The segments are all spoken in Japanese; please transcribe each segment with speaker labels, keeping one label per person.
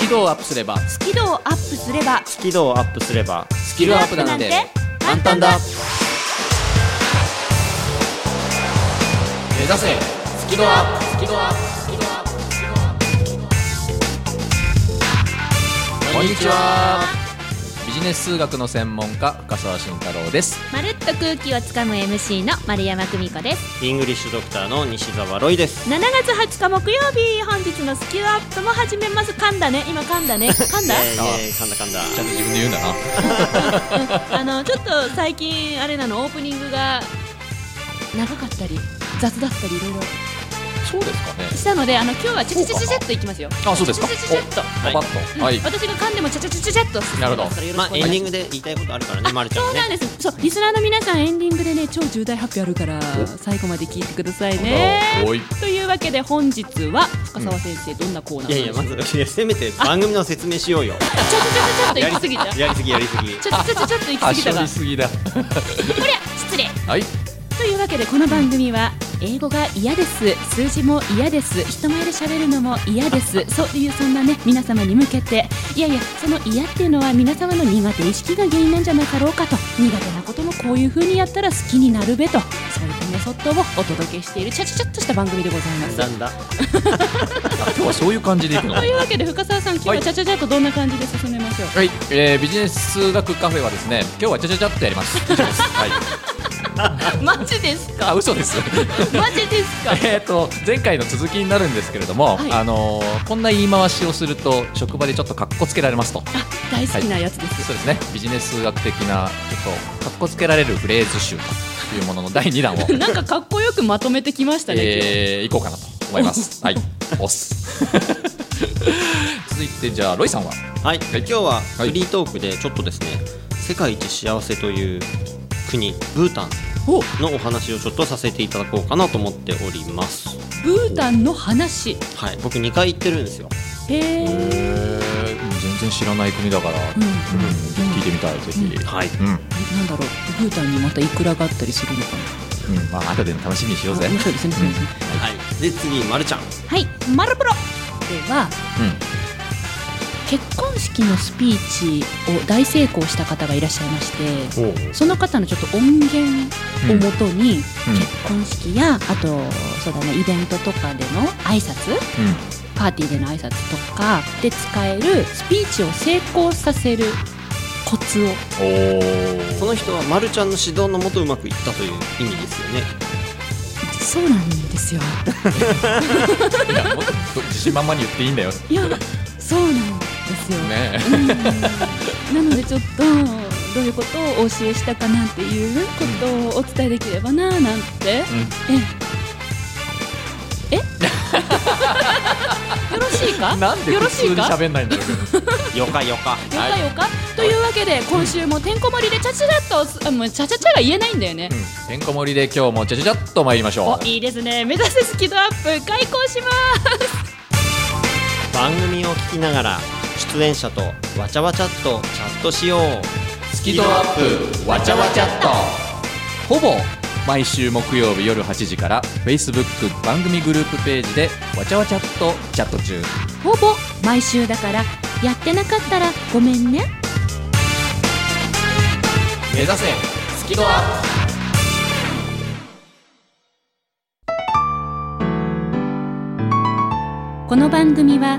Speaker 1: キ度をアップすれば
Speaker 2: スキルをアップすればス
Speaker 3: スキルをアップすれば
Speaker 1: スキルアップなんて簡単だ目指せスキルアップスキルアップスキルアップスキルアップこんにちはビジネス数学の専門家深澤慎太郎です
Speaker 2: まるっと空気をつかむ MC の丸山久美子です
Speaker 3: イングリッシュドクターの西澤ロイです
Speaker 2: 7月20日木曜日本日のスキルアップも始めます噛んだね今噛んだ ね噛んだ
Speaker 3: えー、えー、噛んだ噛んだ
Speaker 1: ちゃんと自分で言うんだな
Speaker 2: あのちょっと最近あれなのオープニングが長かったり雑だったりいろいろ
Speaker 1: そうですかね
Speaker 2: したのであの今日はチャチャチャチャチャっといきますよ
Speaker 1: あそうですか
Speaker 2: チャチャチャチャっと
Speaker 1: パパッとはい
Speaker 2: 私が噛んでもチャチャチャチャチャっと進めますからよろし
Speaker 3: まあ
Speaker 2: くお
Speaker 3: エン
Speaker 2: 願いし
Speaker 3: デ
Speaker 2: ま
Speaker 3: ィングで言いたいことあるからねまる
Speaker 2: す
Speaker 3: ちゃん
Speaker 2: そう
Speaker 3: もね
Speaker 2: なんですそうリスナーの皆さんエンディングでね超重大発表あるから最後まで聞いてくださいね
Speaker 1: おい
Speaker 2: というわけで本日は深澤先生どんなコーナー
Speaker 3: いやいやまずいやせめて番組の説明しようよ
Speaker 2: ちょちょちょちょっと行き過ぎたち
Speaker 3: やりすぎやりすぎ
Speaker 2: ょちょちょちょっと行き過ぎたがこ
Speaker 1: すぎだ
Speaker 2: りゃ失礼
Speaker 1: はい
Speaker 2: というわけでこの番組は英語が嫌です数字も嫌です人前で喋るのも嫌ですそういうそんなね皆様に向けていやいやその嫌っていうのは皆様の苦手意識が原因なんじゃなかろうかと苦手なこともこういう風にやったら好きになるべとそういうメソッドをお届けしているちゃちゃちゃっとした番組でございます
Speaker 3: なんだ
Speaker 1: 今日はそういう感じでいくの
Speaker 2: というわけで深澤さん今日ははいちゃちゃちゃっとどんな感じで進めましょう
Speaker 1: はい、えー、ビジネス数学カフェはですね、今日はちゃちゃちゃっとやります。 以上ですはい、
Speaker 2: マジです
Speaker 1: あ、嘘です。
Speaker 2: マジですか
Speaker 1: えっと、前回の続きになるんですけれども、
Speaker 2: はい
Speaker 1: あのーこんな言い回しをすると、職場でちょっと格好つけられますと。
Speaker 2: あ大好きなやつです、
Speaker 1: そうですね、ビジネス数学的な、ちょっと格好つけられるフレーズ集というものの第2弾を。
Speaker 2: なんかかっこよくまとめてきましたね、今日
Speaker 1: えー、いこうかなと思います。はい、押す。 続いて、じゃあ、ロイさんは。
Speaker 3: はい、
Speaker 1: はい
Speaker 3: 今日は
Speaker 1: は
Speaker 3: フ
Speaker 1: い
Speaker 3: リートークでちょっとですね、世界一幸せという国ブータン
Speaker 2: お
Speaker 3: のお話をちょっとさせていただこうかなと思っております
Speaker 2: ブータンの話
Speaker 3: はい僕2回行ってるんですよ
Speaker 2: へえ、
Speaker 1: 全然知らない国だから、
Speaker 2: うん
Speaker 1: 聞いてみたい、ぜひ。
Speaker 3: はい
Speaker 1: うん、
Speaker 2: なんだろうブータンにまたイクラがあったりするのか
Speaker 1: うん、まあ後で楽しみにしよう
Speaker 2: な
Speaker 1: ぜ。
Speaker 2: あ面白いですねそうですね
Speaker 3: はいで次まるちゃん
Speaker 2: はいマルプロでは
Speaker 1: う
Speaker 2: 結婚式のスピーチを大成功した方がいらっしゃいまして
Speaker 3: お
Speaker 2: その方のちょっと音源をもとに
Speaker 1: うん
Speaker 2: 結婚式やあとそうだねイベントとかでの挨拶
Speaker 1: ん、うん、
Speaker 2: パーティーでの挨拶とかで使えるスピーチを成功させるコツを
Speaker 1: お
Speaker 3: その人はまるちゃんの指導のもとうまくいったという意味ですよね
Speaker 2: そうなんですよ
Speaker 1: いや、もっと自信満々に言っていいんだよ。
Speaker 2: いやそうなんですよ、
Speaker 1: ね
Speaker 2: うんなのでちょっとどういうことをお教えしたかなっていうことをお伝えできればななんて、ええ よろしいか
Speaker 1: なんで
Speaker 2: よ
Speaker 1: 普
Speaker 2: ろし
Speaker 1: 通
Speaker 2: い
Speaker 1: に
Speaker 2: かよ
Speaker 1: 喋んない んだろう。
Speaker 3: よかよか
Speaker 2: かよか、というわけで今週もてんこ盛りでちゃちゃちゃっとすあもうちゃちゃちゃが言えないんだよね、
Speaker 1: てんこ盛りで今日もちゃちゃちゃっと参りましょ
Speaker 2: おいいですね目指せスキドアップ開講します
Speaker 3: 番組を聞きながら出演者とわちゃわちゃっとチャットしよう
Speaker 1: う。スキドアップ、わちゃわちゃっと。ほぼ毎週木曜日夜8時から Facebook 番組グループページでわちゃわちゃっとチャット中。
Speaker 2: ほぼ毎週だからやってなかったらごめんね
Speaker 1: 目指せスキドアッ
Speaker 2: この番組は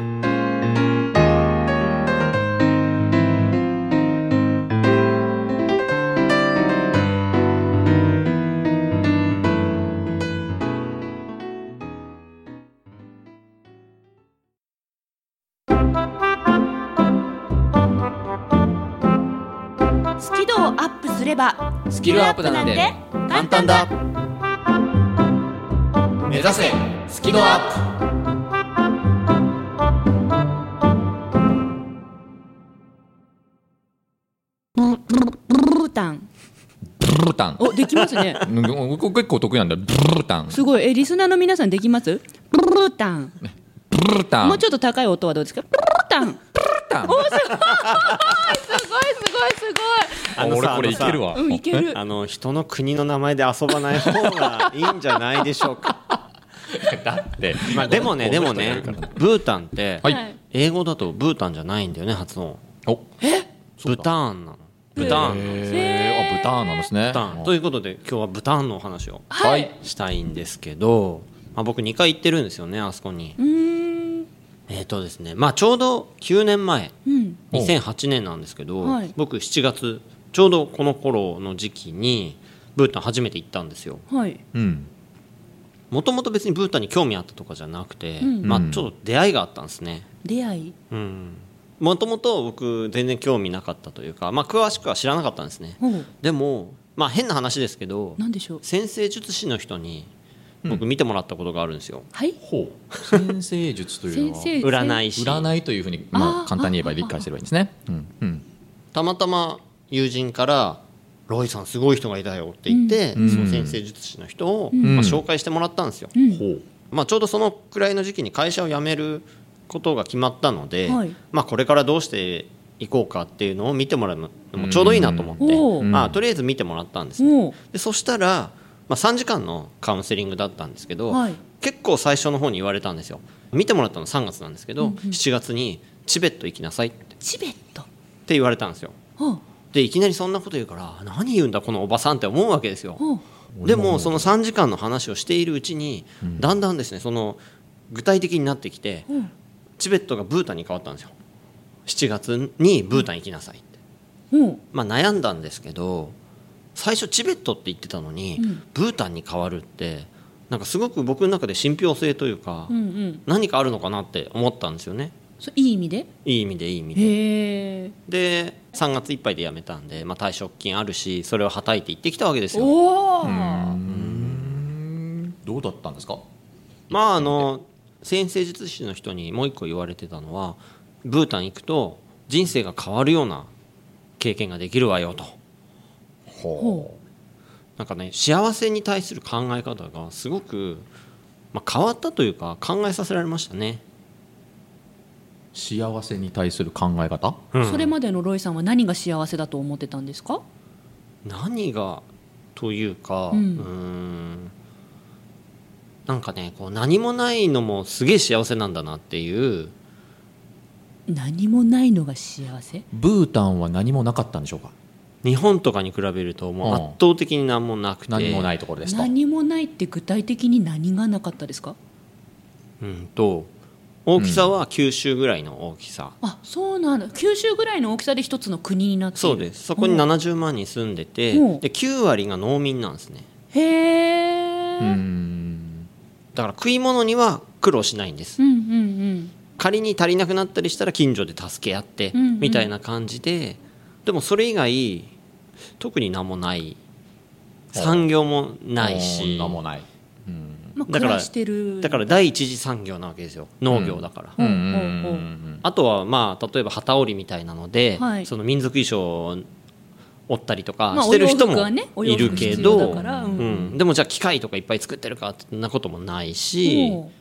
Speaker 1: プ。ス
Speaker 2: スキルをアップすれば
Speaker 1: スキルアップなんて簡単だ目指せスキルアップ
Speaker 2: ブルータン
Speaker 1: ブルタン
Speaker 2: おできますね
Speaker 1: うんこ結構得意なんだブルタン
Speaker 2: すごいえリスナーの皆さんできますブルータン
Speaker 1: ブルタン
Speaker 2: もうちょっと高い音はどうですかブルータン
Speaker 1: タン
Speaker 2: おすごいすごいすごいす
Speaker 1: あ俺これいけるわ
Speaker 2: ごいうんいける
Speaker 3: あの人の国の名前で遊ばない方がいいんじゃないでしょうか
Speaker 1: だって
Speaker 3: まあでもねでもねブータンって、
Speaker 1: はい
Speaker 2: はい
Speaker 3: 英語だとブータンじゃないんだよね発音
Speaker 1: お
Speaker 3: ブターンなのブターンブ
Speaker 1: へーあブターンなんですね
Speaker 3: ターンということで今日はブターンのお話を
Speaker 1: はい
Speaker 3: したいんですけど、まあ、僕2回行ってるんですよねあそこに
Speaker 2: うーん
Speaker 3: えっ、とですねまあちょうど9年前
Speaker 2: うん
Speaker 3: 2008年なんですけど、
Speaker 2: はい
Speaker 3: 僕7月ちょうどこの頃の時期にブータン初めて行ったんですよ
Speaker 2: はい
Speaker 1: うん
Speaker 3: もともと別にブータンに興味あったとかじゃなくて、
Speaker 2: うん
Speaker 3: まあ
Speaker 1: うん
Speaker 3: ちょっと出会いがあったんですね
Speaker 2: 出会い
Speaker 3: うんもともと僕全然興味なかったというかまあ詳しくは知らなかったんですね
Speaker 2: ほう
Speaker 3: でもまあ変な話ですけど
Speaker 2: なんでしょう
Speaker 3: 先生術師の人に僕見てもらったことがあるんですよ、
Speaker 2: はい
Speaker 1: ほう先生術という
Speaker 2: 先
Speaker 1: のは
Speaker 2: 生
Speaker 3: 占
Speaker 2: い
Speaker 3: い師
Speaker 1: 占いというふうにま
Speaker 2: あ
Speaker 1: あ
Speaker 2: ー
Speaker 1: 簡単に言えば理解すればいいんですねうんうん
Speaker 3: たまたま友人から「ロイさんすごい人がいたよ」って言って、
Speaker 1: うん
Speaker 3: その先生術師の人を、
Speaker 1: ん
Speaker 3: まあ、紹介してもらったんですよ、
Speaker 2: うん
Speaker 1: ほう
Speaker 3: まあ、ちょうどそのくらいの時期に会社を辞めることが決まったので、
Speaker 2: はい
Speaker 3: まあ、これからどうしていこうかっていうのを見てもらうのもちょうどいいなと思って、
Speaker 2: うんおう
Speaker 3: まあ、とりあえず見てもらったんですね、
Speaker 2: おう
Speaker 3: でそしたら、まあ、3時間のカウンセリングだったんですけど、
Speaker 2: はい
Speaker 3: 結構最初の方に言われたんですよ見てもらったの3月なんですけど、7月にチベット行きなさいって
Speaker 2: チベット
Speaker 3: って言われたんですよ
Speaker 2: ほう
Speaker 3: でいきなりそんなこと言うから何言うんだこのおばさんって思うわけですよ
Speaker 2: ほう
Speaker 3: でもその3時間の話をしているうちに、だんだんですねその具体的になってきて、
Speaker 2: ん
Speaker 3: チベットがブータンに変わったんですよ7月にブータン行きなさいって、
Speaker 2: ほう
Speaker 3: まあ、悩んだんですけど最初チベットって言ってたのに、ブータンに変わるってなんかすごく僕の中で信憑性というか、
Speaker 2: うんうん
Speaker 3: 何かあるのかなって思ったんですよね
Speaker 2: そういい意味で
Speaker 3: いい意味でいい意味で。
Speaker 2: へえ
Speaker 3: で3月いっぱいで辞めたんで、まあ、退職金あるしそれをはたいて行ってきたわけですよ
Speaker 2: おお
Speaker 1: どうだったんですか
Speaker 3: まああの先生術師の人にもう一個言われてたのはブータン行くと人生が変わるような経験ができるわよと
Speaker 1: ほ
Speaker 3: なんかね幸せに対する考え方がすごく、まあ、変わったというか考えさせられましたね、
Speaker 1: う幸せに対する考え方
Speaker 2: それまでのロイさんは何が幸せだと思ってたんですか
Speaker 3: 何がというか
Speaker 2: う
Speaker 3: うんーんなんかねこう何もないのもすげえ幸せなんだなっていう
Speaker 2: 何もないのが幸せ
Speaker 1: ブータンは何もなかったんでしょうか
Speaker 3: 日本とかに比べるともう
Speaker 1: うん
Speaker 3: 圧倒的に何もなくて
Speaker 1: 何もないところですと
Speaker 2: 何もないって具体的に何がなかったですか
Speaker 3: うんと大きさは九州ぐらいの大きさ、
Speaker 2: あそうなんだ九州ぐらいの大きさで一つの国になっている
Speaker 3: そうですそこに70万人住んでて、
Speaker 2: うん
Speaker 3: で9割が農民なんですね
Speaker 2: すへえ、
Speaker 1: うーん
Speaker 3: だから食い物には苦労しないんです
Speaker 2: うんうん
Speaker 3: 仮に足りなくなったりしたら近所で助け合って、
Speaker 2: うんうん
Speaker 3: みたいな感じででもそれ以外特に何もない産業もないし
Speaker 1: 何もないうん
Speaker 2: うん、まあ、暮
Speaker 3: だから
Speaker 2: らしてる
Speaker 3: だから第一次産業なわけですよ農業だから、
Speaker 2: うん
Speaker 3: あとはまあ例えば機織りみたいなので、
Speaker 2: はい
Speaker 3: その民族衣装を織ったりとか
Speaker 2: まあ
Speaker 3: してる人
Speaker 2: お
Speaker 3: も
Speaker 2: 洋服はねお洋
Speaker 3: い
Speaker 2: 服
Speaker 3: るけ
Speaker 2: 必要
Speaker 3: ど、
Speaker 2: だからう
Speaker 3: うんんでもじゃあ機械とかいっぱい作ってるかってそんなこともないし
Speaker 2: ほ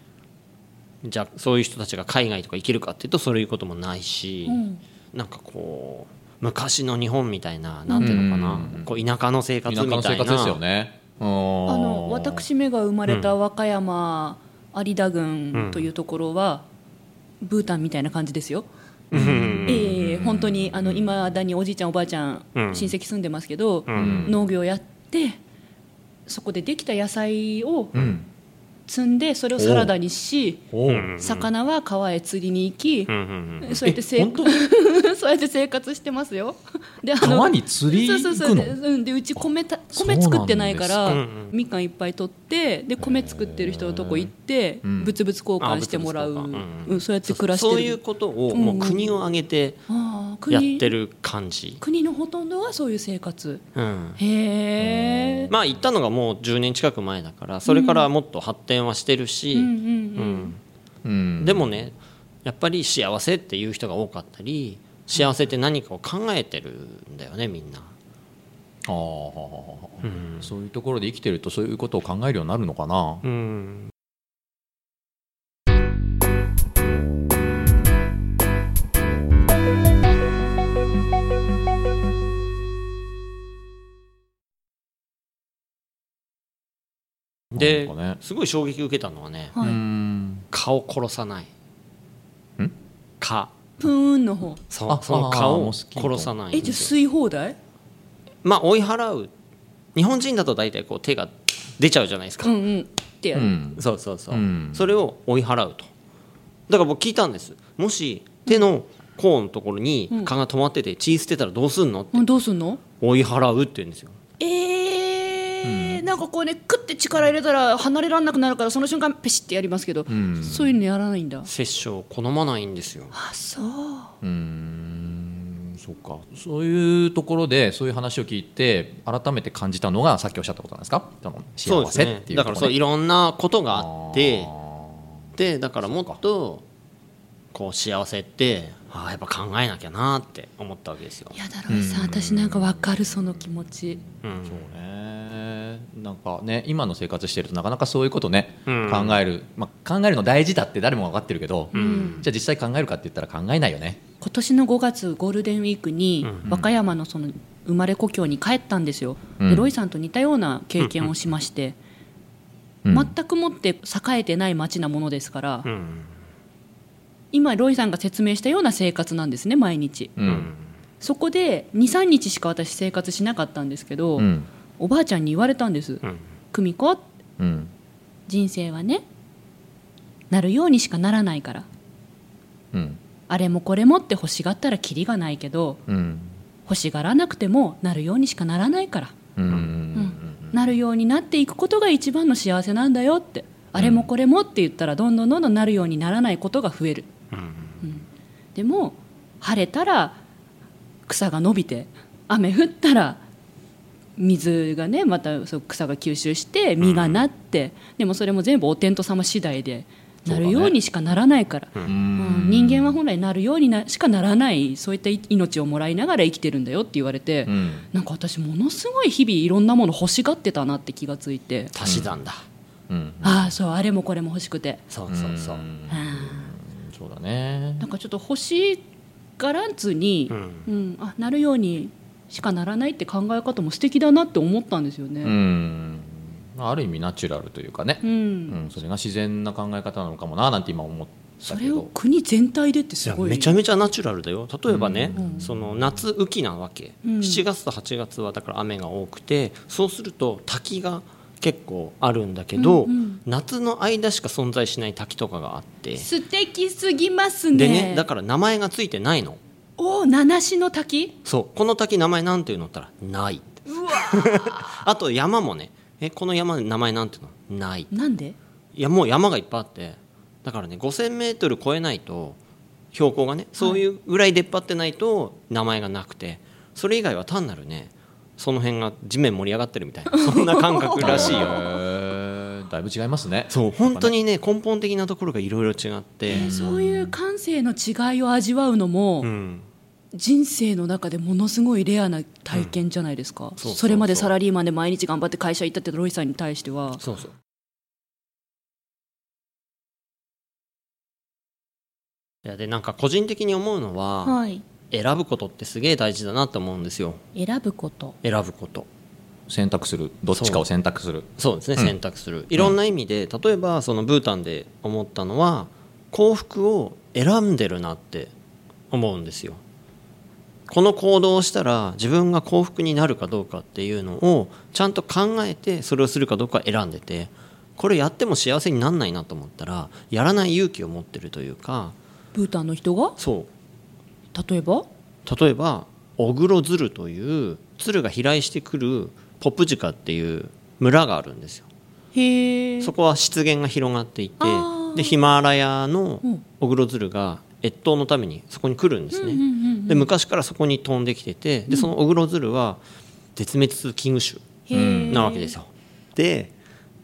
Speaker 3: じゃあそういう人たちが海外とか行けるかっていうとそういうこともないし、
Speaker 2: ううん
Speaker 3: なんかこう昔の日本みたいななんていうのかな、
Speaker 1: うん
Speaker 3: こう田舎の生活
Speaker 1: 田
Speaker 3: み
Speaker 1: 舎
Speaker 3: たい
Speaker 1: の
Speaker 3: な
Speaker 1: 生活ですよねあ
Speaker 2: あの私めが生まれた和歌山有田郡というところは、ブータンみたいな感じですよ、
Speaker 3: うん
Speaker 2: ええ本当にあの未だにおじいちゃんおばあちゃん、
Speaker 3: うん
Speaker 2: 親戚住んでますけど、
Speaker 3: うん
Speaker 2: 農業やってそこでできた野菜を
Speaker 1: うん
Speaker 2: 摘んでそれをサラダにし
Speaker 1: おう
Speaker 3: うん
Speaker 2: 魚は川へ釣りに行き
Speaker 3: う、んうん
Speaker 2: そうやって
Speaker 1: え
Speaker 2: せ
Speaker 1: 本
Speaker 2: そうやって生活 してますよであ
Speaker 1: 川に釣り行くの
Speaker 2: そうそうそうで,、うん、でうち米た
Speaker 1: そうな
Speaker 2: 米
Speaker 1: んです
Speaker 2: 作ってないから、
Speaker 3: うんうん
Speaker 2: みかんいっぱい取ってで米作ってる人のとこ行って、
Speaker 1: うん
Speaker 2: 物々交
Speaker 3: あ
Speaker 2: 換してもらう、
Speaker 3: 物々交換うんうん
Speaker 2: うんそうやって暮らしてる
Speaker 3: そういうことをもう国を挙げて
Speaker 2: ああー国
Speaker 3: やってる感じ、
Speaker 2: 国のほとんどはそういう生活
Speaker 3: うん、
Speaker 2: へえ、
Speaker 3: まあ行ったのがもう10年近く前だからそれからもっと発展はしてるし、
Speaker 2: うんうんうん
Speaker 1: うん
Speaker 3: でもねやっぱり幸せっていう人が多かったり幸せって何かを考えてるんだよねみんな、
Speaker 1: あ
Speaker 3: う
Speaker 1: ー
Speaker 3: ん
Speaker 1: そういうところで生きてるとそういうことを考えるようになるのかな
Speaker 3: うん、で
Speaker 1: なんかね
Speaker 3: すごい衝撃受けたのはね
Speaker 2: は
Speaker 1: う
Speaker 2: い、
Speaker 1: ん
Speaker 3: 蚊を殺さない蚊
Speaker 2: プーンの方
Speaker 3: そ
Speaker 1: あ
Speaker 3: うその蚊
Speaker 1: あー
Speaker 3: を
Speaker 1: モスキート
Speaker 3: 殺さない
Speaker 2: えじゃ
Speaker 3: ん
Speaker 2: あ
Speaker 3: ですよ
Speaker 2: 吸い放題
Speaker 3: まあ追い払う日本人だと大体こう手が出ちゃうじゃないですか、
Speaker 2: うんうんってや
Speaker 1: う
Speaker 2: る、
Speaker 1: ん
Speaker 3: そうそうそう、
Speaker 1: うん
Speaker 3: それを追い払うとだから僕聞いたんですもし手の甲のところに蚊が止まってて血捨てたらどうすんのって
Speaker 2: うんどうすんの
Speaker 3: 追い払うって言うんですよ
Speaker 2: えーなんかこうねクッて力入れたら離れられなくなるからその瞬間ペシってやりますけど、
Speaker 1: ん
Speaker 2: そういうのやらないんだ
Speaker 3: 殺生を好まないんですよ
Speaker 2: あそ
Speaker 1: う
Speaker 2: う
Speaker 1: んそうかそういうところでそういう話を聞いて改めて感じたのがさっきおっしゃったことなんですかあの
Speaker 3: そ
Speaker 1: 幸
Speaker 3: うです
Speaker 1: せ
Speaker 3: ね
Speaker 1: っていう
Speaker 3: だ
Speaker 1: とこ
Speaker 3: か
Speaker 1: ろね
Speaker 3: らそういろんなことがあって
Speaker 1: あ
Speaker 3: でだからもっとこう幸せってああやっぱ考えなきゃなって思ったわけですよ
Speaker 2: い、やだろうさん私なんかわかるその気持ち
Speaker 3: うん
Speaker 1: ーそうねなんかね今の生活してるとなかなかそういうことね、
Speaker 3: うん
Speaker 1: 考える、まあ、考えるの大事だって誰も分かってるけど、
Speaker 3: ん
Speaker 1: じゃあ実際考えるかって言ったら考えないよね
Speaker 2: 今年の5月ゴールデンウィークに和歌山のその生まれ故郷に帰ったんですよ、
Speaker 1: うん
Speaker 2: でロイさんと似たような経験をしまして、
Speaker 1: うん
Speaker 2: 全くもって栄えてない町なものですから、
Speaker 3: うん
Speaker 2: 今ロイさんが説明したような生活なんですね毎日
Speaker 1: う
Speaker 3: うんん
Speaker 2: そこで23日しか私生活しなかったんですけど、
Speaker 1: うん
Speaker 2: おばあちゃんに言われたんです
Speaker 3: うん
Speaker 2: 「久美子
Speaker 1: うん
Speaker 2: 人生はねなるようにしかならないから
Speaker 1: うん
Speaker 2: あれもこれもって欲しがったらキリがないけど
Speaker 1: うん
Speaker 2: 欲しがらなくてもなるようにしかならないから、
Speaker 1: うんうん
Speaker 2: なるようになっていくことが一番の幸せなんだよってあれもこれもって言ったらどんどんどんどんなるようにならないことが増える
Speaker 3: うん
Speaker 2: でも晴れたら草が伸びて雨降ったら水がねまたそう草が吸収して実がなって、でもそれも全部お天道様次第で
Speaker 1: そうだ
Speaker 2: な
Speaker 1: ね
Speaker 2: るようにしかならないから、
Speaker 1: う
Speaker 2: うん
Speaker 1: ん
Speaker 2: 人間は本来なるようになしかならないそういったい命をもらいながら生きてるんだよって言われて、
Speaker 1: うん
Speaker 2: なんか私ものすごい日々いろんなもの欲しがってたなって気がついて、
Speaker 3: 足し算だ、
Speaker 1: うん
Speaker 2: ああそうあれもこれも欲しくて、
Speaker 3: そうそうそう、
Speaker 1: ん
Speaker 2: あ
Speaker 1: そうだね
Speaker 2: あなんかちょっと欲しがらずに、
Speaker 3: うん
Speaker 2: うん、あなるようにしかならないって考え方も素敵だなって思ったんですよ
Speaker 1: う
Speaker 2: ね。
Speaker 1: んまあある意味ナチュラルというかね
Speaker 2: うん、
Speaker 1: うんそれが自然な考え方なのかもななんて今思った
Speaker 2: そ
Speaker 1: け
Speaker 2: れを
Speaker 1: ど
Speaker 2: 国全体でって
Speaker 3: い
Speaker 2: す
Speaker 3: や
Speaker 2: ごい
Speaker 3: めちゃめちゃナチュラルだよ例えばね、
Speaker 2: うん
Speaker 3: その夏雨季なわけ、
Speaker 2: うん
Speaker 3: 7月と8月はだから雨が多くてそうすると滝が結構あるんだけど、
Speaker 2: うんうん
Speaker 3: 夏の間しか存在しない滝とかがあって、
Speaker 2: 素敵すぎますね。
Speaker 3: でねだから名前がついてないの
Speaker 2: おお七種の滝
Speaker 3: そうこの滝名前なんていうのって言ったらない あと山もねえこの山の名前なんていうのない
Speaker 2: なんで
Speaker 3: いやもう山がいっぱいあってだからね5 0 0 0ル超えないと標高がねそういうぐらい出っ張ってないと名前がなくてそれ以外は単なるねその辺が地面盛り上がってるみ たいなそんな感覚らしい
Speaker 1: へ
Speaker 3: よ
Speaker 1: ーだいぶ違いますね
Speaker 3: そう本当にね根本的なところがいろいろ違って、
Speaker 2: そういう感性の違いを味わうのも、
Speaker 3: うん、
Speaker 2: 人生の中でものすごいレアな体験じゃないですか、
Speaker 3: そうそう
Speaker 2: それまでサラリーマンで毎日頑張って会社行ったってロイさんに対しては
Speaker 3: そうそういやでなんか個人的に思うのは、
Speaker 2: はい
Speaker 3: 選ぶことってすげえ大事だなと思うんですよ
Speaker 2: 選ぶこと
Speaker 3: 選ぶこと
Speaker 1: 選択するどっちかを選択する
Speaker 3: そうですね、
Speaker 1: うん
Speaker 3: 選択するいろんな意味で例えばそのブータンで思ったのは幸福を選んでるなって思うんですよこの行動をしたら自分が幸福になるかどうかっていうのをちゃんと考えてそれをするかどうか選んでてこれやっても幸せになんないなと思ったらやらない勇気を持ってるというか
Speaker 2: ブータンの人が
Speaker 3: そう
Speaker 2: 例えば
Speaker 3: 例えばオグロ鶴という鶴が飛来してくるポプジカっていう村があるんですよ
Speaker 2: へえ
Speaker 3: そこは湿原が広がっていて
Speaker 2: あー
Speaker 3: でヒマラヤの
Speaker 2: うん
Speaker 3: オグロヅルが越冬のためにそこに来るんですね、
Speaker 2: うんうんうんうん
Speaker 3: で昔からそこに飛んできててでそのオグロヅルは絶滅危惧種
Speaker 1: うん
Speaker 4: へー
Speaker 3: なわけですよ。で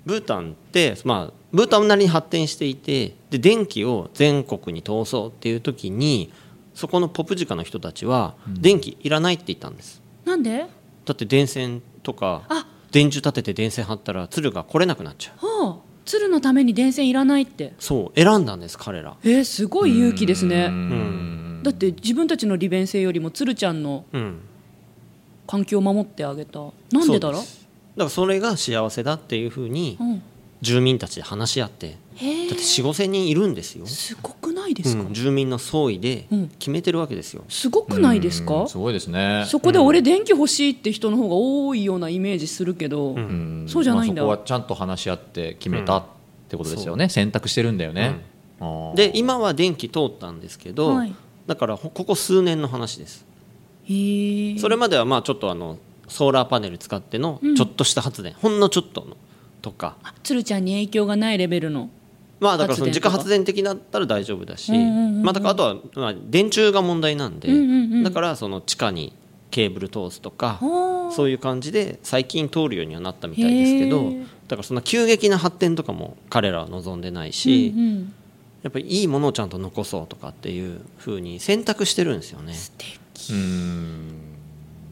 Speaker 3: ブータンって、まあ、ブータンなりに発展していてで電気を全国に通そうっていう時にそこのポプジカの人たちは電気いらないって言ったんです。
Speaker 2: なんで
Speaker 3: だって電線とか
Speaker 2: あ
Speaker 3: 電柱立てて電線張ったら鶴が来れなくなっちゃう
Speaker 2: ほう鶴のために電線いらないって
Speaker 3: そう選んだんです彼ら
Speaker 2: えー、すごい勇気です
Speaker 1: う
Speaker 2: ね
Speaker 1: ん
Speaker 2: だって自分たちの利便性よりも鶴ちゃんの
Speaker 3: うん
Speaker 2: 環境を守ってあげたなんでだろ
Speaker 3: そうすだからそれが幸せだっていうふうに
Speaker 2: う、うん、
Speaker 3: 住民たちで話し合って
Speaker 2: へ
Speaker 3: だっ
Speaker 2: え
Speaker 3: て4 5千人いるんですよ、
Speaker 2: すごくないですか、
Speaker 3: うん住民の総意で
Speaker 2: うん
Speaker 3: 決めてるわけですよ、
Speaker 2: すごくないです
Speaker 1: う
Speaker 2: か
Speaker 1: んすごいですね
Speaker 2: そこで俺電気欲しいって人の方が多いようなイメージするけど、
Speaker 3: うん
Speaker 1: ん
Speaker 2: そうじゃないんだ
Speaker 1: まあそこはちゃんと話し合って決めたってことですよね、選択してるんだよね、あー
Speaker 3: で今は電気通ったんですけど、
Speaker 2: はい
Speaker 3: だからほここ数年の話です
Speaker 2: へえ
Speaker 3: それまではまあちょっとあのソーラーパネル使っての
Speaker 2: うん
Speaker 3: ちょっとした発電、ほんのちょっとのとか
Speaker 2: あ鶴ちゃんに影響がないレベルの
Speaker 3: まあだからその
Speaker 2: 発電
Speaker 3: 自
Speaker 2: とか
Speaker 3: 家発電的だったら大丈夫だし、
Speaker 2: うんうんうんうん
Speaker 3: まあ、だからあとはまあ電柱が問題なんで、
Speaker 2: うんうんうん
Speaker 3: だからその地下にケーブル通すとか、
Speaker 2: あ
Speaker 3: そういう感じで最近通るようにはなったみたいですけ
Speaker 2: へ
Speaker 3: ど
Speaker 2: ー
Speaker 3: だからそんな急激な発展とかも彼らは望んでない
Speaker 2: うん
Speaker 3: し、
Speaker 2: うん、
Speaker 3: やっぱりいいものをちゃんと残そうとかっていうふうに選択してるんですよね。
Speaker 2: 素敵
Speaker 1: うーん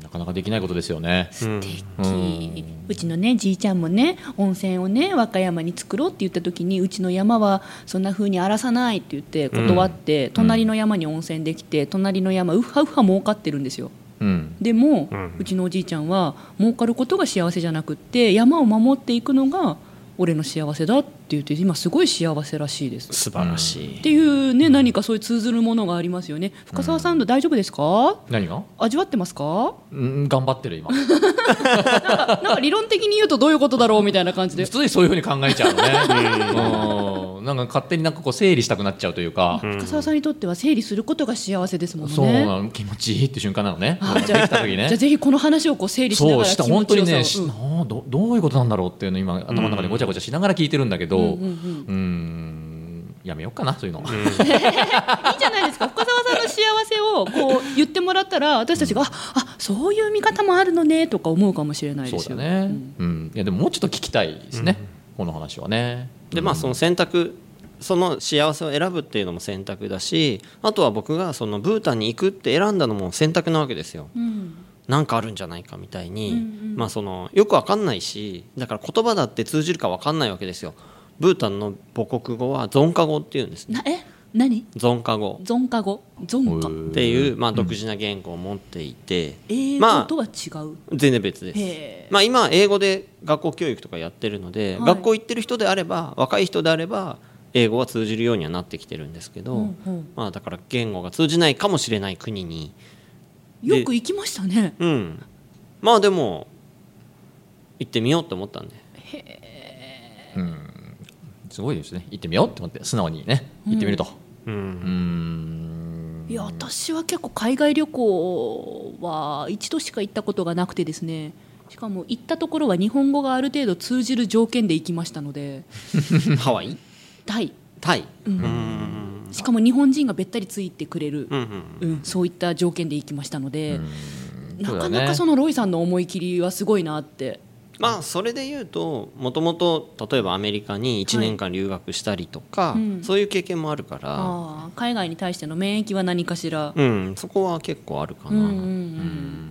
Speaker 1: なかなかできないことですよね
Speaker 3: うん
Speaker 1: うん
Speaker 2: うちのねじいちゃんもね温泉をね和歌山に作ろうって言った時にうちの山はそんな風に荒らさないって言って断って、隣の山に温泉できて隣の山ウハウハ儲かってるんですよ
Speaker 1: うん
Speaker 2: でも、う
Speaker 3: うん
Speaker 2: ちのおじいちゃんは儲かることが幸せじゃなくって山を守っていくのが俺の幸せだって言って今すごい幸せらしいです
Speaker 3: 素晴らしい
Speaker 2: っていうね何かそういう通ずるものがありますよね深澤さん大丈夫ですか
Speaker 1: 何が
Speaker 2: 味わってますか
Speaker 1: うん頑張って る今
Speaker 2: なんか理論的に言うとどういうことだろうみたいな感じで
Speaker 1: 普通にそういうふうに考えちゃうのねうんなんか勝手になんかこう整理したくなっちゃうというか、
Speaker 2: 深澤さんにとっては整理することが幸せですもんね
Speaker 1: そうなの気持ちいいって瞬間なのね
Speaker 2: あ
Speaker 1: でき
Speaker 2: じゃあ
Speaker 1: た時ね
Speaker 2: じゃあぜひこの話をこう整理し
Speaker 1: そ
Speaker 2: なが
Speaker 1: う
Speaker 2: ら
Speaker 1: した
Speaker 2: 気持
Speaker 1: 本
Speaker 2: ち
Speaker 1: 当
Speaker 2: よ
Speaker 1: に
Speaker 2: さ
Speaker 1: ね、
Speaker 2: を
Speaker 1: し
Speaker 2: うん
Speaker 1: なあどどういうことなんだろうっていうの今頭の中でごちゃごちゃしながら聞いてるんだけど、
Speaker 2: うんうんうん
Speaker 1: うーんやめようかなそういうの、
Speaker 2: いいじゃないですか深澤さんの幸せをこう言ってもらったら私たちがああそういう見方もあるのねとか思うかもしれないで
Speaker 1: そう
Speaker 2: す
Speaker 1: だ
Speaker 2: よ
Speaker 1: ね、うんいやでももうちょっと聞きたいですね、この話はね
Speaker 3: でまあその選択その幸せを選ぶっていうのも選択だしあとは僕がそのブータンに行くって選んだのも選択なわけですよ。
Speaker 2: うん
Speaker 3: なんかあるんじゃないかみたいに、
Speaker 2: うんうん
Speaker 3: まあ、そのよくわかんないしだから言葉だって通じるかわかんないわけですよ。ブータンの母国語はゾンカ語っていうんですね
Speaker 2: なえ何
Speaker 3: ゾンカ語
Speaker 2: ゾンカ語ゾンカ
Speaker 1: っ
Speaker 3: っていう、まあ、独自な言語を持っていて、
Speaker 2: 英
Speaker 3: ま
Speaker 2: 語
Speaker 3: あ
Speaker 2: とは違う、
Speaker 3: 全然別です。
Speaker 2: へ
Speaker 3: まあ、今英語で学校教育とかやってるので、
Speaker 2: はい
Speaker 3: 学校行ってる人であれば若い人であれば英語は通じるようにはなってきてるんですけど、
Speaker 2: うんうん
Speaker 3: まあ、だから言語が通じないかもしれない国に、
Speaker 2: えよく行きましたね
Speaker 3: うん、まあでも行ってみようと思ったんで
Speaker 1: すごいですね行ってみようって思って素直にね行ってみると、
Speaker 3: うん
Speaker 1: うーん、
Speaker 2: いや私は結構海外旅行は一度しか行ったことがなくてですねしかも行ったところは日本語がある程度通じる条件で行きましたので
Speaker 3: ハワイ
Speaker 2: タイ
Speaker 3: タイ
Speaker 2: うん
Speaker 3: うん
Speaker 2: しかも日本人がべったりついてくれる
Speaker 3: う、んうん
Speaker 2: うんそういった条件で行きましたので、な
Speaker 1: そうだ
Speaker 2: か
Speaker 1: ね
Speaker 2: なかそのロイさんの思い切りはすごいなって、
Speaker 3: まあそれで言うともともと例えばアメリカに1年間留学したりとか、
Speaker 2: はいうん
Speaker 3: そういう経験もあるから、
Speaker 2: あー海外に対しての免疫は何かしら、
Speaker 3: うん、そこは結構あるかな。
Speaker 2: うんうんうん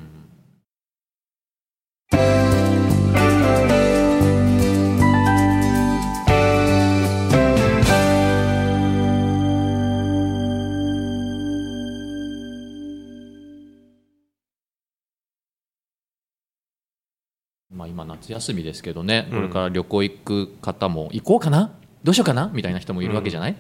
Speaker 1: まあ、今夏休みですけどね
Speaker 3: う
Speaker 1: こ
Speaker 3: ん
Speaker 1: れから旅行行く方も行こうかなどうしようかなみたいな人もいるわけじゃない、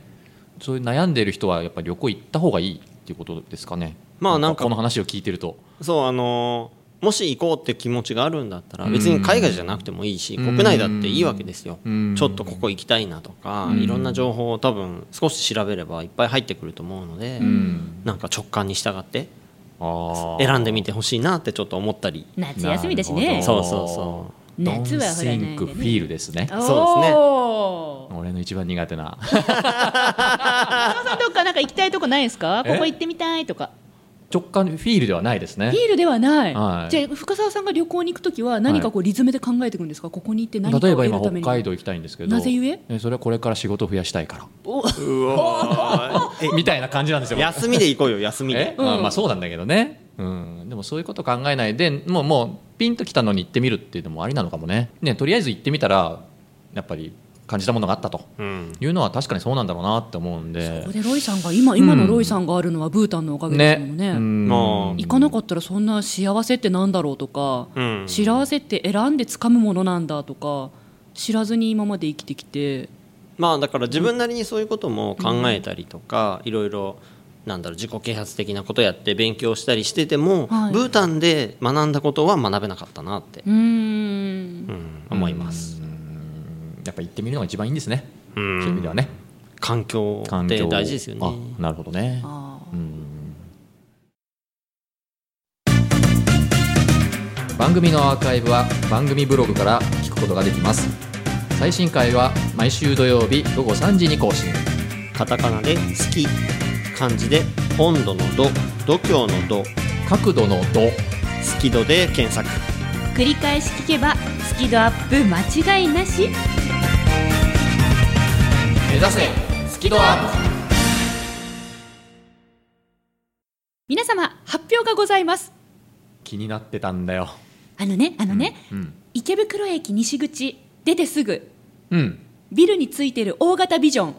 Speaker 1: そういう悩んでる人はやっぱり旅行行った方がいいっていうことですかね
Speaker 3: まあなんか
Speaker 1: この話を聞いてると
Speaker 3: そうあのーもし行こうって気持ちがあるんだったら別に海外じゃなくてもいいし
Speaker 1: うん
Speaker 3: 国内だっていいわけですよ
Speaker 1: うん
Speaker 3: ちょっとここ行きたいなとか
Speaker 1: うん
Speaker 3: いろんな情報を多分少し調べればいっぱい入ってくると思うので
Speaker 1: うん
Speaker 3: なんか直感に従って
Speaker 1: あー
Speaker 3: 選んでみてほしいなってちょっと思ったり
Speaker 2: 夏休みだし
Speaker 1: なる
Speaker 2: ね
Speaker 1: ほど
Speaker 3: そうそうそ
Speaker 2: 夏は
Speaker 1: Don't
Speaker 2: ほらないん
Speaker 1: think
Speaker 2: でね
Speaker 1: feel ですね
Speaker 3: そうですね
Speaker 2: おー
Speaker 1: 俺の一番苦手な
Speaker 2: さんどっかなんか行きたいとこないですか
Speaker 1: え
Speaker 2: ここ行ってみたいとか
Speaker 1: 直感フィールではないですね
Speaker 2: ヒールではない、
Speaker 1: はい
Speaker 2: じゃあ深澤さんが旅行に行く時は何かこうリズムで考えていくんですか、ここに行って何かを
Speaker 1: 例えば
Speaker 2: 得る
Speaker 1: 今
Speaker 2: ため
Speaker 1: 北
Speaker 2: に
Speaker 1: 海道行きたいんですけど
Speaker 2: なぜゆえ
Speaker 1: それはこれから仕事を増やしたいから
Speaker 2: お
Speaker 1: みたいな感じなんですよ
Speaker 3: 休みで行こうよ休み
Speaker 1: え
Speaker 3: で、
Speaker 1: あ
Speaker 2: うん
Speaker 1: まあそうなんだけどね、うん、でもそういうこと考えないでもうもうピンときたのに行ってみるっていうのもありなのかもねねとりあえず行ってみたらやっぱり感じたものがあったと
Speaker 3: うん、
Speaker 1: いうのは確かにそうなんだろうなって思うんで
Speaker 2: ここでロイさんが今今のロイさんがあるのはブータンのおかげですもんね
Speaker 1: うん
Speaker 3: まあ
Speaker 2: 行かなかったらそんな幸せってなんだろうとか、
Speaker 3: うん
Speaker 2: 幸せって選んで掴むものなんだとか知らずに今まで生きてきて
Speaker 3: まあだから自分なりにそういうことも考えたりとか、いろいろなんだろう自己啓発的なことやって勉強したりしてても、
Speaker 2: はい
Speaker 3: ブータンで学んだことは学べなかったなって、
Speaker 2: うーん
Speaker 3: うん思います、
Speaker 1: やっぱ行ってみるのが一番いいんですね、
Speaker 3: うん
Speaker 1: そういう意味ではね
Speaker 3: 環境っ
Speaker 1: 環
Speaker 3: て
Speaker 1: 境
Speaker 3: 大事ですよね
Speaker 1: あなるほどね
Speaker 2: あ
Speaker 1: う
Speaker 2: ー
Speaker 1: ん番組のアーカイブは番組ブログから聞くことができます最新回は毎週土曜日午後3時に更新
Speaker 3: カタカナで「好き」漢字で「温度の度」「度胸の度」
Speaker 1: 角度の度
Speaker 3: 「好き度」で検索
Speaker 4: 繰り返し聞けばスキドアップ間違いなし
Speaker 1: 目指せスキドアッ
Speaker 2: 皆様発表がございます
Speaker 1: プ気になってたんだよ
Speaker 4: あのねあのね、
Speaker 1: うん
Speaker 4: 池袋駅西口
Speaker 2: 出てすぐ
Speaker 1: うん
Speaker 2: ビルについてる大型ビジョン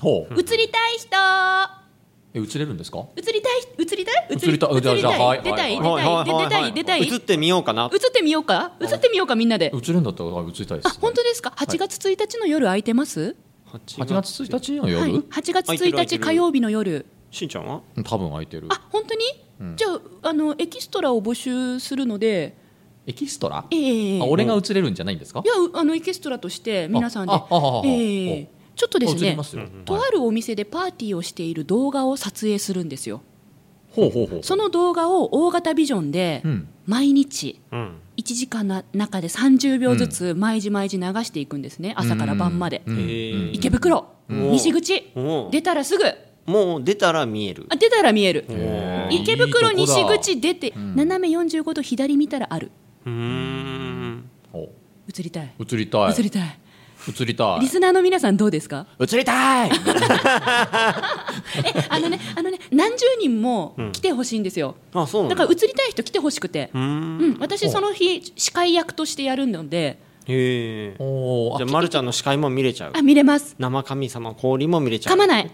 Speaker 1: ほう
Speaker 2: 映りたい人
Speaker 1: え映れるんですか
Speaker 2: 映りたい映りたい
Speaker 1: 映りたいじゃあ
Speaker 2: 映り
Speaker 1: じゃあ
Speaker 2: た
Speaker 1: はいい
Speaker 2: 出たい出
Speaker 1: は
Speaker 2: たい出たい出たい
Speaker 3: 映ってみようかな
Speaker 2: 映ってみようか映ってみようかみんなで
Speaker 1: 映るんだったら映りたいで
Speaker 2: あ
Speaker 1: す
Speaker 2: 本当ですか8月1日の夜空いてます
Speaker 1: 8月1日の夜、
Speaker 2: はい、8月
Speaker 3: 空いてる空
Speaker 2: 1
Speaker 3: いて
Speaker 2: 日
Speaker 3: る
Speaker 2: 火曜日の夜
Speaker 3: しんちゃんは
Speaker 1: 多分空いてる
Speaker 2: あ本当に、じゃああのエキストラを募集するので
Speaker 1: エキストラ、
Speaker 2: ええ
Speaker 1: あ俺が映れるんじゃないんですか
Speaker 2: いやうあのエキストラとして皆さんで
Speaker 1: あああああ
Speaker 2: ええちょっとです
Speaker 1: 映
Speaker 2: ね
Speaker 1: りますようんうん
Speaker 2: とあるお店でパーティーをしている動画を撮影するんですよ
Speaker 1: ほうほうほう
Speaker 2: その動画を大型ビジョンで
Speaker 1: うん
Speaker 2: 毎日
Speaker 3: うん
Speaker 2: 1時間の中で30秒ずつ毎時毎時流していくんですね、朝から晩まで、
Speaker 1: うん
Speaker 3: へえ
Speaker 2: 池袋、
Speaker 3: うん
Speaker 2: 西口
Speaker 3: おう
Speaker 2: 出たらすぐあ
Speaker 3: もう出たら見える
Speaker 2: 出たら見える
Speaker 3: おう
Speaker 1: いい
Speaker 2: 池袋
Speaker 1: いいとこ
Speaker 2: 西
Speaker 1: だ
Speaker 2: 口出て、斜め45度左見たらある
Speaker 3: うーん
Speaker 1: お
Speaker 2: 映りたい
Speaker 1: 映りたい
Speaker 2: 映りたい、
Speaker 1: 映りた
Speaker 2: リ
Speaker 1: い
Speaker 2: スナーの皆さんどうですか
Speaker 1: 映りたい
Speaker 2: えあ のねあのね何十人も来てほしいんですよ、
Speaker 3: あそうなん
Speaker 2: だ
Speaker 3: だ
Speaker 2: から映りたい人来てほしくて、
Speaker 3: う
Speaker 2: うん
Speaker 3: ーん
Speaker 2: 私その日司会役としてやるので
Speaker 3: へえ
Speaker 1: おお
Speaker 3: じゃあ、ま、るちゃんの視界も見れちゃう
Speaker 2: あ見れます
Speaker 3: 生神様氷も見れちゃ
Speaker 2: 噛
Speaker 3: う
Speaker 2: まない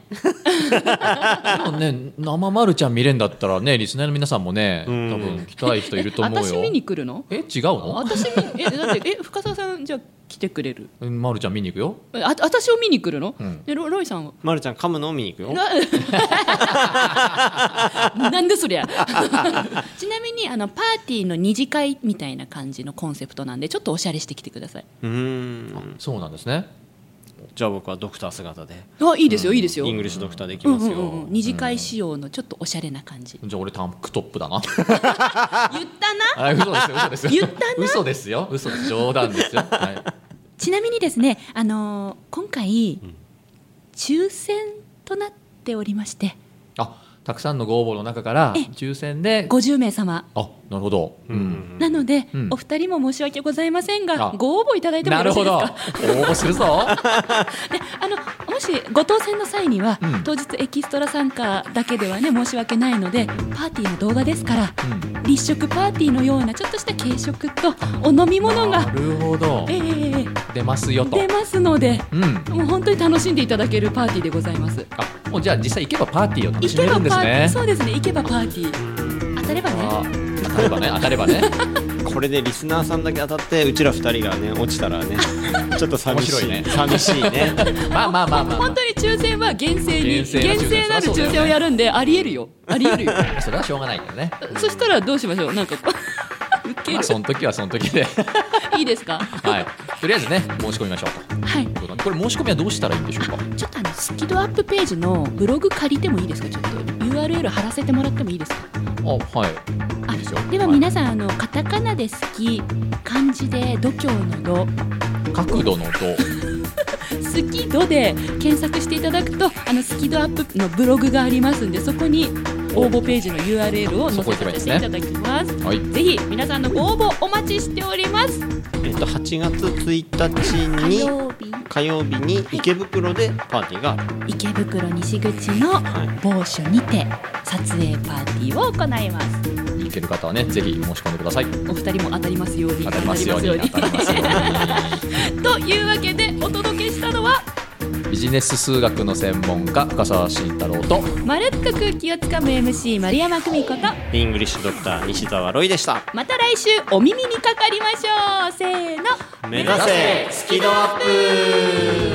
Speaker 1: あでもね生まるちゃん見れんだったらねリスナーの皆さんもね多
Speaker 3: ん
Speaker 1: 分来たい人いると思うよ
Speaker 2: 私見に来るの
Speaker 1: え違うの
Speaker 2: 私見えだってえ深澤さんじゃあ来てくれる
Speaker 1: うんまるちゃん見に行くよ
Speaker 2: あ私を見に来るの、
Speaker 1: ん
Speaker 2: でロロイさんは
Speaker 3: まるちゃん噛むのを見に行く よ
Speaker 2: ななんでそりゃ ちなみにあのパーティーの二次会みたいな感じのコンセプトなんでちょっとおしゃれしてきてくださいう
Speaker 3: ーん
Speaker 1: そうなんですね
Speaker 3: じゃあ僕はドクター姿で
Speaker 2: あいいですよいいですよ
Speaker 3: イングリッシュドクターでき
Speaker 2: うん
Speaker 3: ま
Speaker 2: う
Speaker 3: す
Speaker 2: んうん
Speaker 3: よ
Speaker 2: うん二次会仕様のちょっとおしゃれな感じ、
Speaker 1: じゃあ俺タンクトップだな
Speaker 2: 言ったな
Speaker 1: あ嘘ですよ嘘ですよ
Speaker 2: 言ったな
Speaker 1: 嘘ですよ嘘です冗談ですよはい
Speaker 4: ちなみにですねあのー今回、抽選となっておりまして
Speaker 1: あたくさんのご応募の中から
Speaker 4: え
Speaker 1: 抽選で
Speaker 4: 50名様
Speaker 1: あなるほどう
Speaker 3: うんん
Speaker 4: なので、
Speaker 1: うん
Speaker 4: お二人も申し訳ございませんが
Speaker 1: あ
Speaker 4: ご応募いただいても
Speaker 1: な
Speaker 4: よろしいです
Speaker 1: るほど応
Speaker 4: か
Speaker 1: 募するぞ
Speaker 4: あのもしご当選の際には、
Speaker 1: うん
Speaker 4: 当日エキストラ参加だけではね申し訳ないのでパーティーの動画ですから
Speaker 1: うん
Speaker 4: 立食パーティーのようなちょっとした軽食とお飲み物
Speaker 1: な
Speaker 4: が、
Speaker 1: るほど
Speaker 4: えええ
Speaker 1: 出ますよ
Speaker 4: え
Speaker 1: と
Speaker 4: 出ますので
Speaker 1: うん
Speaker 2: もう本当に楽しんでいただけるパーティーでございます
Speaker 1: あもうじゃあ実際行けばパーティーを楽
Speaker 2: 行
Speaker 1: しめ
Speaker 2: けば
Speaker 1: る
Speaker 2: パ
Speaker 1: ん
Speaker 2: ー
Speaker 1: です
Speaker 2: ティー
Speaker 1: ね
Speaker 2: そうですね行けばパーティー当たればね
Speaker 1: あ当たればね当たればね
Speaker 3: これでリスナーさんだけ当たってうちら二人が ね落ちたらねちょっと寂しい
Speaker 1: 面白いね
Speaker 3: 寂しいね
Speaker 1: まあまあまあまあ、
Speaker 2: 本当に抽選は厳正に
Speaker 1: 厳正な抽選
Speaker 2: 厳正なる抽選をやるんでありえるよありえるよ
Speaker 1: まあそれはしょうがないよね、
Speaker 2: そしたらどうしましょうなんかこうウケ
Speaker 1: ま
Speaker 2: る
Speaker 1: あ、その時はその時で、
Speaker 2: いいですか
Speaker 1: はい、とりあえずね申し込みましょう
Speaker 2: はい
Speaker 1: ということでこれ申し込みはどうしたらいいんでしょうか
Speaker 2: ちょっとあのスキドアップページのブログ借りてもいいですかちょっと URL 貼らせてもらってもいいですか
Speaker 1: あはいいいですよ
Speaker 4: では皆さんあのカタカナで好き漢字で度胸の度
Speaker 1: い角度の度
Speaker 4: 好き度で検索していただくとあのスキドアップのブログがありますんでそこに
Speaker 2: 応募ページの URL を載せさせていただきます
Speaker 1: はい
Speaker 2: ぜひ皆さんのご応募お待ちしております
Speaker 3: えっと8月1日
Speaker 4: 火
Speaker 3: に
Speaker 4: 曜日
Speaker 3: 火曜日に池袋でパーティーがある
Speaker 4: 池袋西口の某所にて撮影パーティーを行います
Speaker 1: 行ける方はねぜひ申し込んでください
Speaker 2: お二人も当たりますように
Speaker 1: 当たりますように当たりますよ
Speaker 2: うに というわけでお届けしたのは
Speaker 1: うにビジネス数学の専門家深澤慎太郎と
Speaker 2: まるっと空気をつかむ MC 丸山久美子と
Speaker 3: イングリッシュドクター西澤ロイでした
Speaker 2: また来週お耳にかかりましょうせーの
Speaker 3: 目指せスキドアップ